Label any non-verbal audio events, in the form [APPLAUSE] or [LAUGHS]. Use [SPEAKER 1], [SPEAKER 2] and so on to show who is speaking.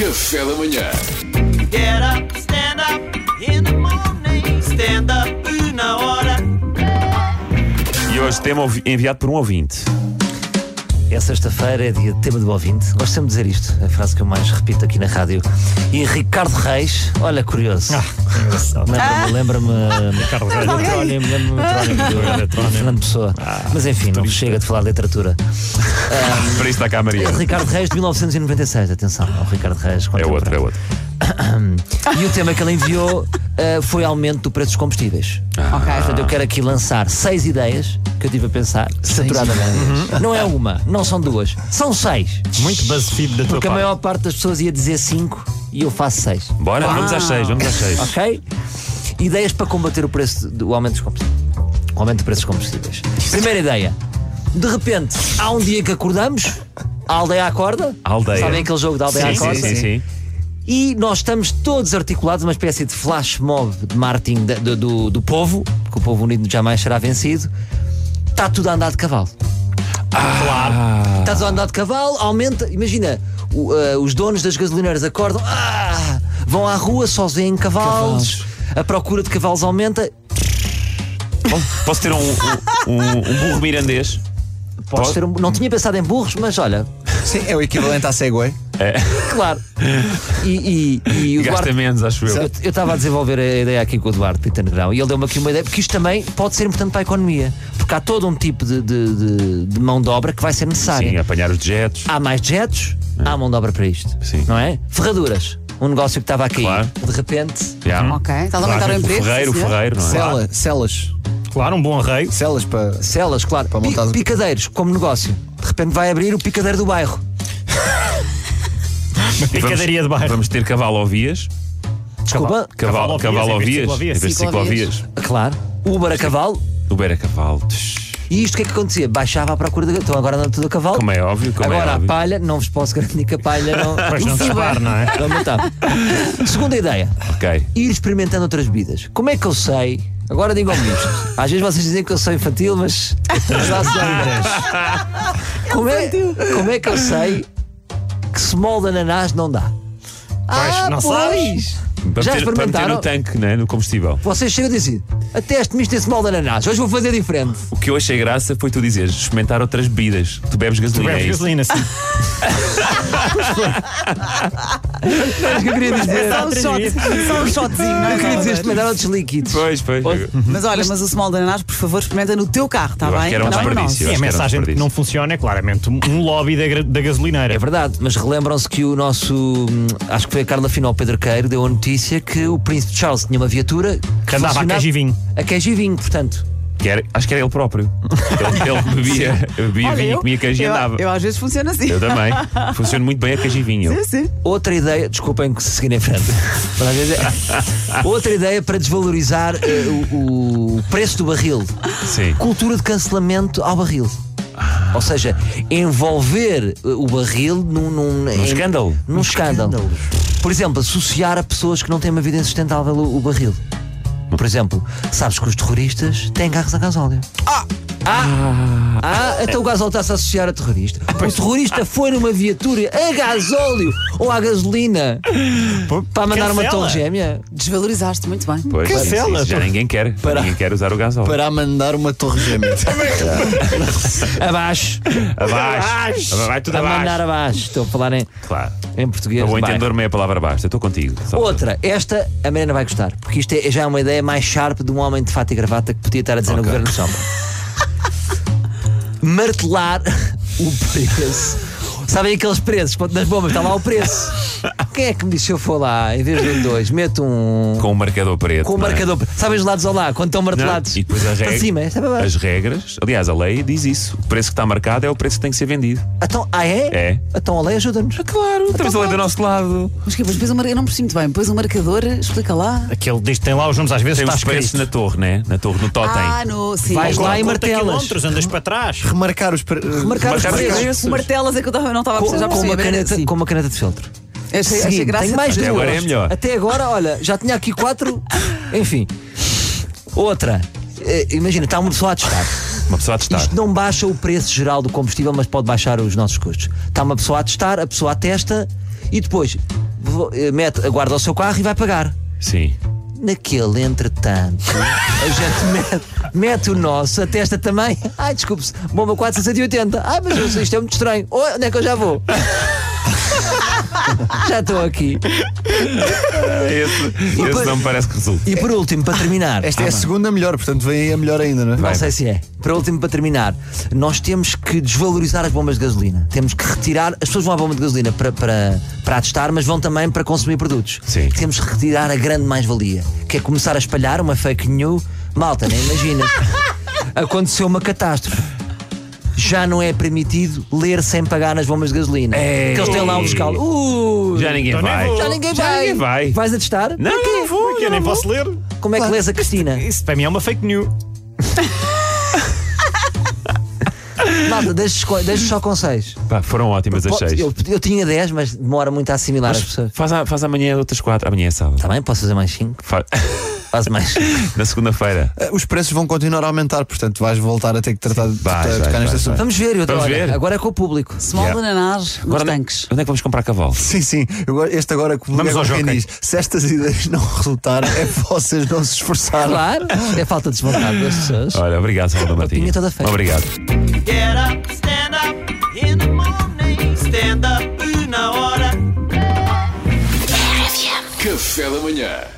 [SPEAKER 1] Café da manhã.
[SPEAKER 2] Get up, stand up in the morning. Stand up na hora.
[SPEAKER 3] E hoje tema ouvi- enviado por um ouvinte.
[SPEAKER 4] É sexta-feira, é dia de tema do ouvinte. Gosto sempre de dizer isto, é a frase que eu mais repito aqui na rádio. E Ricardo Reis, olha, curioso.
[SPEAKER 3] Ah,
[SPEAKER 4] Lembra-me. Lembra-me.
[SPEAKER 3] Reis.
[SPEAKER 4] Metrónimo, lembra-me metrónimo do Fernando Pessoa.
[SPEAKER 3] Ah,
[SPEAKER 4] Mas enfim, não chega de falar de literatura. É
[SPEAKER 3] Para isso está cá a Maria.
[SPEAKER 4] Ricardo Reis de 1996, atenção, é o Ricardo Reis.
[SPEAKER 3] É outro, é outro.
[SPEAKER 4] E o tema que
[SPEAKER 3] [LAUGHS]
[SPEAKER 4] ele enviou eh, foi aumento do preço dos combustíveis.
[SPEAKER 3] Ah.
[SPEAKER 4] ok. Portanto, eu quero aqui lançar seis ideias que eu tive a pensar saturadamente.
[SPEAKER 3] Uhum.
[SPEAKER 4] Não é uma, não são duas, são seis.
[SPEAKER 5] Muito BuzzFeed da tua
[SPEAKER 4] Porque a
[SPEAKER 5] parte.
[SPEAKER 4] maior parte das pessoas ia dizer 5 e eu faço 6.
[SPEAKER 3] Bora, vamos às seis, vamos às seis.
[SPEAKER 4] Ok? Ideias para combater o preço do o aumento dos combustíveis. O aumento do preço dos combustíveis. Primeira ideia. De repente, há um dia que acordamos, a aldeia acorda.
[SPEAKER 3] A aldeia.
[SPEAKER 4] Sabem aquele jogo da aldeia
[SPEAKER 3] Sim, sim,
[SPEAKER 4] acorda?
[SPEAKER 3] sim, sim.
[SPEAKER 4] E nós estamos todos articulados, uma espécie de flash mob de marketing da- do, do, do povo, que o povo unido jamais será vencido. Está tudo a andar de cavalo. claro. Está tudo a andar de cavalo, aumenta. Imagina, o, ah, os donos das gasolineiras acordam, ah, vão à rua, só vêem cavalos. A procura de cavalos aumenta.
[SPEAKER 3] Posso ter um, um, um- um burro mirandês?
[SPEAKER 4] Podes ter um- não tinha pensado em burros, mas olha,
[SPEAKER 6] Sim, é o equivalente à Segway.
[SPEAKER 4] [LAUGHS] claro. E, e, e o
[SPEAKER 3] Gasta
[SPEAKER 4] Duarte
[SPEAKER 3] menos, acho eu.
[SPEAKER 4] Eu- Eu estava a desenvolver a ideia aqui com o Eduardo Pita Negrão e ele deu-me aqui uma ideia, porque isto também pode ser importante para a economia, porque há todo um tipo de, de- de- de mão de obra que vai ser necessária.
[SPEAKER 3] Sim, é. apanhar os dejetos.
[SPEAKER 4] Há mais jetos, há mão de obra para isto.
[SPEAKER 3] Sim.
[SPEAKER 4] Não é? Ferraduras, um negócio que estava a cair.
[SPEAKER 3] Claro.
[SPEAKER 4] De repente,
[SPEAKER 3] Já.
[SPEAKER 7] Ok, estás a aumentar o
[SPEAKER 3] O
[SPEAKER 7] emprego.
[SPEAKER 3] ferreiro, o
[SPEAKER 7] sim, senhor.
[SPEAKER 3] ferreiro, não é?
[SPEAKER 6] Cela, celas.
[SPEAKER 5] Claro, um bom arreio.
[SPEAKER 6] Celas para.
[SPEAKER 4] celas, claro.
[SPEAKER 6] Para montar-
[SPEAKER 4] Pi- picadeiros, como negócio. De repente vai abrir o picadeiro do bairro.
[SPEAKER 3] E vamos-
[SPEAKER 5] Picadaria de bairro.
[SPEAKER 3] Vamos ter cavalovias.
[SPEAKER 4] Desculpa.
[SPEAKER 3] Cavalo,
[SPEAKER 5] Cavalovias,
[SPEAKER 3] cavalovias.
[SPEAKER 5] em
[SPEAKER 3] Em
[SPEAKER 5] vez de
[SPEAKER 3] vez de
[SPEAKER 7] ciclovias.
[SPEAKER 3] ciclovias.
[SPEAKER 4] Claro. Uber a cavalo.
[SPEAKER 3] Uber a cavalo. Tsh,
[SPEAKER 4] E isto o que é que acontecia? Baixava a procura de. Então agora anda tudo a cavalo.
[SPEAKER 3] Como é óbvio, como é
[SPEAKER 4] Agora a
[SPEAKER 3] óbvio.
[SPEAKER 4] palha, não vos posso garantir que a palha não.
[SPEAKER 5] Pois não disparo, não é?
[SPEAKER 4] Não matava. Segunda ideia:
[SPEAKER 3] Ok.
[SPEAKER 4] ir experimentando outras bebidas. Como é que eu sei? Agora digam-me isto. Às vezes vocês dizem que eu sou infantil, mas. mas lá [LAUGHS] sei. como, é, como é que eu sei que se molde ananás não dá? ah,
[SPEAKER 5] não
[SPEAKER 4] pois.
[SPEAKER 3] Para
[SPEAKER 4] Já
[SPEAKER 3] meter, para meter
[SPEAKER 4] experimentaram?
[SPEAKER 3] no tanque, né? no combustível.
[SPEAKER 4] Vocês chegam e dizem: até este misto esse molde ananás, hoje vou fazer diferente.
[SPEAKER 3] O que eu achei graça foi tu dizeres experimentar outras bebidas. Tu bebes
[SPEAKER 5] Tu
[SPEAKER 3] gasolina.
[SPEAKER 5] bebes
[SPEAKER 3] é isso?
[SPEAKER 5] gasolina,
[SPEAKER 3] [LAUGHS]
[SPEAKER 5] sim.
[SPEAKER 4] Mas que eu queria dizer.
[SPEAKER 7] Só um shot, só um shotzinho, não é?
[SPEAKER 4] Eu queria dizer experimentar outros líquidos.
[SPEAKER 3] Pois, pois. Eu-
[SPEAKER 7] Mas olha, mas o small de ananás, por favor, experimenta no teu carro, está
[SPEAKER 3] Eu acho
[SPEAKER 7] bem?
[SPEAKER 3] que era um
[SPEAKER 7] não, é
[SPEAKER 3] desperdício.
[SPEAKER 7] não.
[SPEAKER 3] acho que
[SPEAKER 5] E a
[SPEAKER 3] era um
[SPEAKER 5] mensagem que
[SPEAKER 3] desperdício.
[SPEAKER 5] não funciona é claramente um um lobby da, gra- da gasolineira.
[SPEAKER 4] É verdade, mas relembram-se que o nosso. hum, Acho que foi a Carla Final Pedro Queiro deu a notícia que o Príncipe Charles tinha uma viatura
[SPEAKER 5] Que andava a
[SPEAKER 4] funcionava-
[SPEAKER 5] queijo e vinho.
[SPEAKER 4] A queijo e vinho, portanto.
[SPEAKER 3] que era- acho que era ele próprio. Ele, ele bebia, bebia
[SPEAKER 7] Olha,
[SPEAKER 3] vinho,
[SPEAKER 7] eu-
[SPEAKER 3] comia queijo e
[SPEAKER 7] eu-
[SPEAKER 3] andava.
[SPEAKER 7] Eu às vezes funciona assim.
[SPEAKER 3] Eu também. Funciona muito bem a queijo e vinho.
[SPEAKER 7] Sim, [LAUGHS] sim.
[SPEAKER 4] Outra ideia. Desculpem que se seguir em frente. Mas às vezes é- outra ideia para desvalorizar eh, o, o preço do barril.
[SPEAKER 3] Sim.
[SPEAKER 4] Cultura de cancelamento ao barril. Ou seja, envolver eh, o barril num, num, em-
[SPEAKER 3] escândalo.
[SPEAKER 4] Num escândalo. Por exemplo, associar a pessoas que não têm uma vida insustentável o, o barril. Por exemplo, sabes que os terroristas têm carros a gasóleo. Ah! Ah! Ah! Então o gasóleo está-se a associar a terrorista.
[SPEAKER 3] Ah,
[SPEAKER 4] O terrorista foi numa viatura a gasóleo ou à gasolina para mandar uma
[SPEAKER 5] Cancela.
[SPEAKER 4] torre gêmea.
[SPEAKER 7] Desvalorizaste muito bem.
[SPEAKER 3] Pois, sim,
[SPEAKER 5] Cancela,
[SPEAKER 3] sim, sim. já
[SPEAKER 5] pô.
[SPEAKER 3] ninguém quer.
[SPEAKER 6] Para-
[SPEAKER 3] Ninguém quer usar o gasol.
[SPEAKER 6] Para mandar uma
[SPEAKER 3] [LAUGHS]
[SPEAKER 6] torre gêmea.
[SPEAKER 4] Abaixo.
[SPEAKER 3] Abaixo. Vai tudo
[SPEAKER 4] a mandar
[SPEAKER 3] abaixo.
[SPEAKER 4] abaixo. Estou a falar em,
[SPEAKER 3] Claro.
[SPEAKER 4] em português.
[SPEAKER 3] Eu vou
[SPEAKER 4] Vai.
[SPEAKER 3] entender-me a palavra abaixo. Eu estou contigo. Só-
[SPEAKER 4] Outra, esta a Mariana vai gostar, porque isto é, já é uma ideia mais sharp de um homem de fato e gravata que podia estar a dizer no governo de sombra.
[SPEAKER 3] [LAUGHS]
[SPEAKER 4] Martelar o preço. Sabem aqueles preços? Ponto nas bombas, está lá o preço. Quem é que me disse se eu for lá, em vez de um dois, meto um.
[SPEAKER 3] Com o marcador preto.
[SPEAKER 4] com um
[SPEAKER 3] não é?
[SPEAKER 4] marcador. Sabem os lados ao lá, quando estão
[SPEAKER 3] Não,
[SPEAKER 4] martelados?
[SPEAKER 3] E depois as
[SPEAKER 4] Para
[SPEAKER 3] regras.
[SPEAKER 4] cima, esta é para baixo.
[SPEAKER 3] As regras. Aliás, a lei diz isso. O preço que está marcado é o preço que tem que ser vendido.
[SPEAKER 4] Então, ah é?
[SPEAKER 3] É.
[SPEAKER 4] Então, a lei ajuda-nos.
[SPEAKER 3] Claro,
[SPEAKER 4] Então,
[SPEAKER 3] temos a lei é do nosso lado.
[SPEAKER 7] Mas que depois o marcador, eu não percebi muito bem, depois o marcador, explica lá.
[SPEAKER 5] Aquele diz que tem lá os nomes, às vezes
[SPEAKER 3] Tem
[SPEAKER 5] está
[SPEAKER 3] os preços
[SPEAKER 5] escrito.
[SPEAKER 3] na torre, né? Na torre, no totem.
[SPEAKER 7] Ah, no, sim.
[SPEAKER 4] Vais
[SPEAKER 7] Com-
[SPEAKER 4] lá e
[SPEAKER 5] Conta
[SPEAKER 4] martelas.
[SPEAKER 5] quilómetros, andas para trás.
[SPEAKER 6] Remarcar os. pre-
[SPEAKER 4] Marcar os
[SPEAKER 3] Marcar os
[SPEAKER 4] preços.
[SPEAKER 3] preços.
[SPEAKER 7] Com martelas é que eu tava- não estava a
[SPEAKER 4] Com,
[SPEAKER 7] perceber, já
[SPEAKER 4] com
[SPEAKER 7] percebi.
[SPEAKER 4] uma
[SPEAKER 7] bem,
[SPEAKER 4] caneta,
[SPEAKER 7] sim.
[SPEAKER 4] com uma caneta de filtro.
[SPEAKER 7] Achei, achei
[SPEAKER 4] Seguinte,
[SPEAKER 7] graça.
[SPEAKER 4] tenho mais
[SPEAKER 3] Até
[SPEAKER 4] duas.
[SPEAKER 3] agora é melhor.
[SPEAKER 4] Até agora, olha, já tinha aqui quatro, enfim. Outra. Eh, Imagina, está uma pessoa a testar.
[SPEAKER 3] Uma pessoa a testar.
[SPEAKER 4] Isto não baixa o preço geral do combustível, mas pode baixar os nossos custos. Está uma pessoa a testar, a pessoa testa E depois vo- eh, mete, aguarda o seu carro e vai pagar.
[SPEAKER 3] Sim.
[SPEAKER 4] Naquele entretanto, a gente [LAUGHS] mete, mete o nosso, atesta também. Ai, desculpe-se, bomba 480. Ai, mas eu sei, isto é muito estranho. Oh, onde é que eu já vou? [LAUGHS] já estou aqui.
[SPEAKER 3] Esse, esse não me parece que resulta.
[SPEAKER 4] E por último, para
[SPEAKER 3] [LAUGHS]
[SPEAKER 4] terminar.
[SPEAKER 6] Esta
[SPEAKER 3] Ah,
[SPEAKER 6] é a segunda melhor, portanto vem aí a melhor ainda, não é?
[SPEAKER 4] Não sei se é. Para último, para terminar, nós temos que desvalorizar as bombas de gasolina. Temos que retirar. As pessoas vão à bomba de gasolina para, para, para atestar, mas vão também para consumir produtos.
[SPEAKER 3] Sim.
[SPEAKER 4] Temos que retirar a grande mais-valia, que é começar a espalhar uma fake news. Malta, nem
[SPEAKER 3] [LAUGHS]
[SPEAKER 4] imaginas. Aconteceu uma catástrofe. Já não é permitido ler sem pagar nas bombas de gasolina.
[SPEAKER 3] É. Ei.
[SPEAKER 4] Que eles têm lá um fiscal. Uh,
[SPEAKER 3] Já ninguém
[SPEAKER 5] Então nem
[SPEAKER 3] vai.
[SPEAKER 5] vou.
[SPEAKER 4] já ninguém
[SPEAKER 3] já
[SPEAKER 4] vai.
[SPEAKER 3] ninguém vai.
[SPEAKER 4] Vais atestar?
[SPEAKER 3] Não,
[SPEAKER 4] Para quê?
[SPEAKER 3] não vou.
[SPEAKER 5] Porque eu nem posso ler.
[SPEAKER 4] Como é que lês a Cristina?
[SPEAKER 5] Isso para mim é uma fake news.
[SPEAKER 4] Malta, deixo, deixo
[SPEAKER 3] [LAUGHS]
[SPEAKER 4] só conselhos.
[SPEAKER 3] Pá, foram ótimas as
[SPEAKER 4] Pode-
[SPEAKER 3] seis.
[SPEAKER 4] eu, eu tinha 10, mas demora muito a assimilar as pessoas.
[SPEAKER 3] Faz, a- faz amanhã outras quatro. Amanhã é sábado.
[SPEAKER 4] Está bem, posso fazer mais 5?
[SPEAKER 3] Fa- [LAUGHS]
[SPEAKER 4] Faço mais.
[SPEAKER 3] Na segunda-feira.
[SPEAKER 6] Ah, Os preços vão continuar a aumentar, portanto vais voltar a ter que tratar de
[SPEAKER 3] Vai,
[SPEAKER 6] de
[SPEAKER 3] vai,
[SPEAKER 6] tocar
[SPEAKER 3] vai,
[SPEAKER 6] neste assunto.
[SPEAKER 3] vai.
[SPEAKER 4] Vamos ver, eu
[SPEAKER 3] Vamos
[SPEAKER 4] olha,
[SPEAKER 3] ver.
[SPEAKER 4] agora é com o público.
[SPEAKER 7] Small
[SPEAKER 3] Yeah.
[SPEAKER 7] bananás nos
[SPEAKER 3] onde,
[SPEAKER 7] tanques.
[SPEAKER 3] onde é que vamos comprar cavalo?
[SPEAKER 6] Sim, sim. Agora- Este agora que
[SPEAKER 5] Vamos ao
[SPEAKER 6] é quem
[SPEAKER 5] jockey.
[SPEAKER 6] diz: se estas ideias não resultarem, é vocês não se esforçaram.
[SPEAKER 4] Claro, é falta de vontade das pessoas.
[SPEAKER 3] Olha, obrigado, Salvador Martinha.
[SPEAKER 4] Papinha toda feita.
[SPEAKER 3] Obrigado.
[SPEAKER 2] Get up, stand up in the morning. Stand up, una hora.
[SPEAKER 1] Café da manhã.